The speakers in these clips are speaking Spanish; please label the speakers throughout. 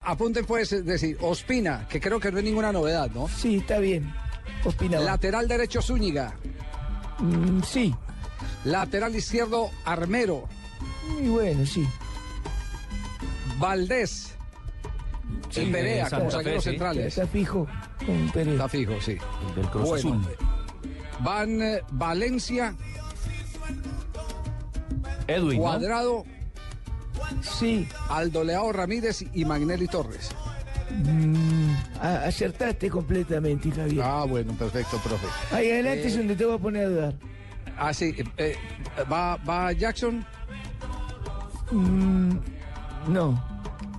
Speaker 1: apunten pues, es decir, Ospina, que creo que no es ninguna novedad, ¿no?
Speaker 2: Sí, está bien. Opinaba.
Speaker 1: Lateral derecho Zúñiga,
Speaker 2: Mm, sí.
Speaker 1: lateral izquierdo Armero,
Speaker 2: Y bueno, sí.
Speaker 1: Valdés,
Speaker 3: Sí,
Speaker 1: y Perea
Speaker 3: de Santa
Speaker 1: como
Speaker 3: Fe,
Speaker 1: zagueros
Speaker 3: sí.
Speaker 1: centrales.
Speaker 2: Está fijo con Pérez.
Speaker 1: Está fijo, sí.
Speaker 3: Del Cruz
Speaker 1: Bueno,
Speaker 3: Azul.
Speaker 1: Van eh, Valencia,
Speaker 3: Edwin. ¿no?
Speaker 1: Cuadrado,
Speaker 2: Sí.
Speaker 1: Aldo Leao Ramírez y Magnelli Torres.
Speaker 2: Mm, a- acertaste completamente, Javier.
Speaker 1: Ah, Eh. bueno, perfecto, profe.
Speaker 2: Ahí adelante es donde te voy a poner a dudar.
Speaker 1: Ah, sí, eh, eh, va, va Jackson.
Speaker 2: Mm, no.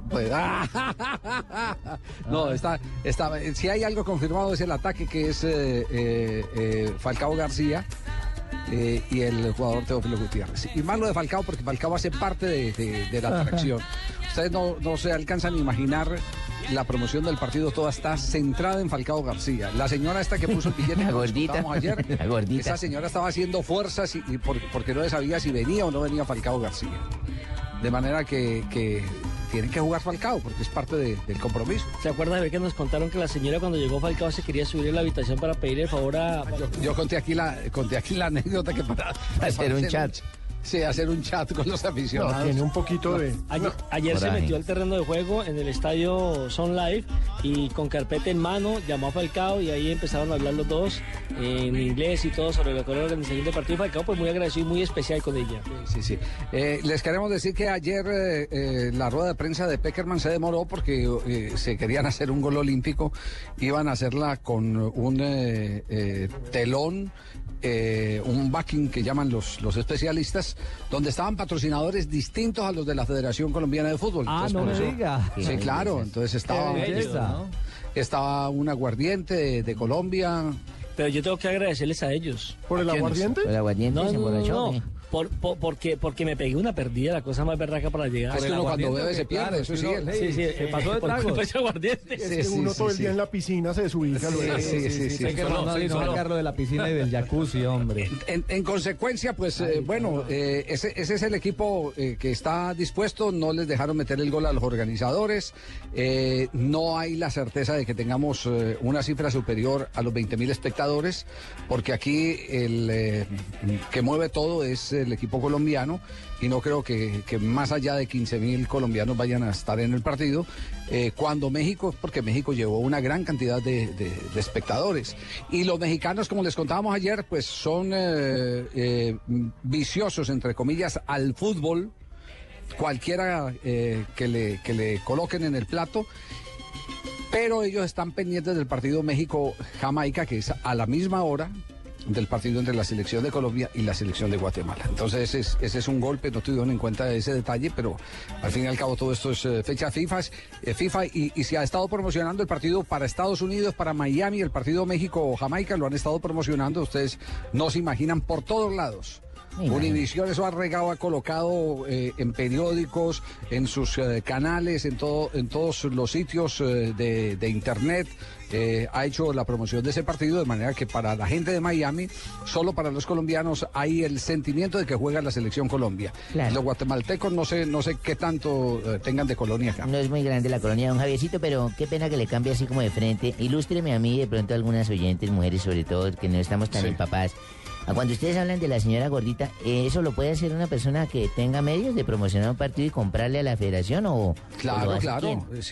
Speaker 1: Pues, ah, no, está, está, si hay algo confirmado es el ataque que es eh, eh, eh, Falcao García eh, y el jugador Teófilo Gutiérrez. Y más lo de Falcao porque Falcao hace parte de, de- de la
Speaker 2: Ajá.
Speaker 1: atracción. Ustedes no, no se alcanzan a imaginar la promoción del partido, toda está centrada en Falcao García. La señora esta que puso el billete que
Speaker 4: La
Speaker 1: nos
Speaker 4: gordita.
Speaker 1: contamos ayer,
Speaker 4: La gordita.
Speaker 1: esa señora estaba haciendo fuerzas y, y por- porque no sabía si venía o no venía Falcao García. De manera que, que tienen que jugar Falcao, porque es parte de- del compromiso.
Speaker 5: ¿Se acuerdan de ver que nos contaron que la señora cuando llegó Falcao se quería subir a la habitación para pedir el favor a...
Speaker 1: Yo, yo conté aquí la conté aquí la anécdota que para, para
Speaker 4: Hacer un chat.
Speaker 1: sí, hacer un chat con los aficionados.
Speaker 6: No, tiene un poquito de.
Speaker 5: Ayer, ayer se
Speaker 4: Coraje.
Speaker 5: metió al terreno de juego en el estadio Son Life y con carpeta en mano llamó a Falcao y ahí empezaron a hablar los dos eh, en inglés y todo sobre lo que era la organización del partido. Falcao pues muy agradecido y muy especial con ella.
Speaker 1: Sí, sí. Eh, les queremos decir que ayer eh, eh, la rueda de prensa de Peckerman se demoró porque eh, se querían hacer un gol olímpico. Iban a hacerla con un eh, eh, telón, eh, un backing que llaman los, los especialistas, donde estaban patrocinadores distintos a los de la Federación Colombiana de Fútbol.
Speaker 7: Ah,
Speaker 1: Entonces,
Speaker 7: no
Speaker 1: por
Speaker 7: me
Speaker 1: eso-
Speaker 7: diga.
Speaker 1: Sí, claro. Entonces estaba,
Speaker 7: Qué belleza.
Speaker 1: estaba un aguardiente de, de Colombia.
Speaker 5: Pero yo tengo que agradecerles a ellos.
Speaker 6: ¿Por el
Speaker 1: ¿A quiénes?
Speaker 6: aguardiente?
Speaker 4: El aguardiente
Speaker 5: No,
Speaker 4: se
Speaker 5: no, no,
Speaker 4: emborrachó. ¿eh?
Speaker 5: no.
Speaker 4: ¿qué?
Speaker 5: Por- por- porque, porque me pegué una perdida, la cosa más berraca para llegar.
Speaker 1: Es pues que uno cuando bebe
Speaker 7: Ah, aguardiente,
Speaker 1: se pierde,
Speaker 7: claro,
Speaker 1: eso sí.
Speaker 7: sí,
Speaker 1: es.
Speaker 7: no,
Speaker 5: Sí, sí,
Speaker 7: Se pasó de
Speaker 5: por
Speaker 7: tragos.
Speaker 5: culpa de ese aguardiente.
Speaker 6: Es
Speaker 1: Sí,
Speaker 6: que
Speaker 1: sí,
Speaker 6: uno
Speaker 1: sí,
Speaker 6: todo el
Speaker 1: sí.
Speaker 6: día en la piscina se desubica. luego.
Speaker 1: Sí, sí, sí, sí.
Speaker 7: Hay que no, no sacarlo de la piscina y del jacuzzi, hombre.
Speaker 1: En, en consecuencia, pues eh, bueno, eh, ese, ese es el equipo eh, que está dispuesto, no les dejaron meter el gol a los organizadores, eh, no hay la certeza de que tengamos eh, una cifra superior a los 20 mil espectadores, porque aquí el eh, que mueve todo es el equipo colombiano y no creo que, que más allá de 15 mil colombianos vayan a estar en el partido, eh, cuando México, porque México llevó una gran cantidad de, de- de espectadores. Y los mexicanos, como les contábamos ayer, pues son eh, eh, viciosos, entre comillas, al fútbol, cualquiera eh, que, le, que le coloquen en el plato. Pero ellos están pendientes del partido México-Jamaica, que es a la misma hora del partido entre la selección de Colombia y la selección de Guatemala. Entonces ese es, ese es un golpe, no tuvieron en cuenta ese detalle, pero al fin y al cabo todo esto es eh, fecha FIFA, eh, FIFA y, y se ha estado promocionando el partido para Estados Unidos, para Miami, el partido México-Jamaica, lo han estado promocionando, ustedes no se imaginan por todos lados.
Speaker 4: Me imagino.
Speaker 1: Univisión eso ha regado, ha colocado eh, en periódicos, en sus eh, canales, en, todo, en todos los sitios eh, de, de internet. eh, ha hecho la promoción de ese partido de manera que para la gente de Miami, solo para los colombianos, hay el sentimiento de que juega la selección Colombia.
Speaker 4: Claro.
Speaker 1: Los guatemaltecos no sé, no sé qué tanto eh, tengan de colonia acá.
Speaker 4: No es muy grande la colonia, don Javiercito, pero qué pena que le cambie así como de frente. Ilústreme a mí, de pronto a algunas oyentes, mujeres sobre todo, que no estamos tan
Speaker 1: Sí.
Speaker 4: empapadas. A cuando ustedes hablan de la señora gordita, ¿eh, ¿eso lo puede hacer una persona que tenga medios de promocionar un partido y comprarle a la federación o o lo
Speaker 1: Claro,
Speaker 4: hace
Speaker 1: claro.
Speaker 4: quién?
Speaker 1: eh,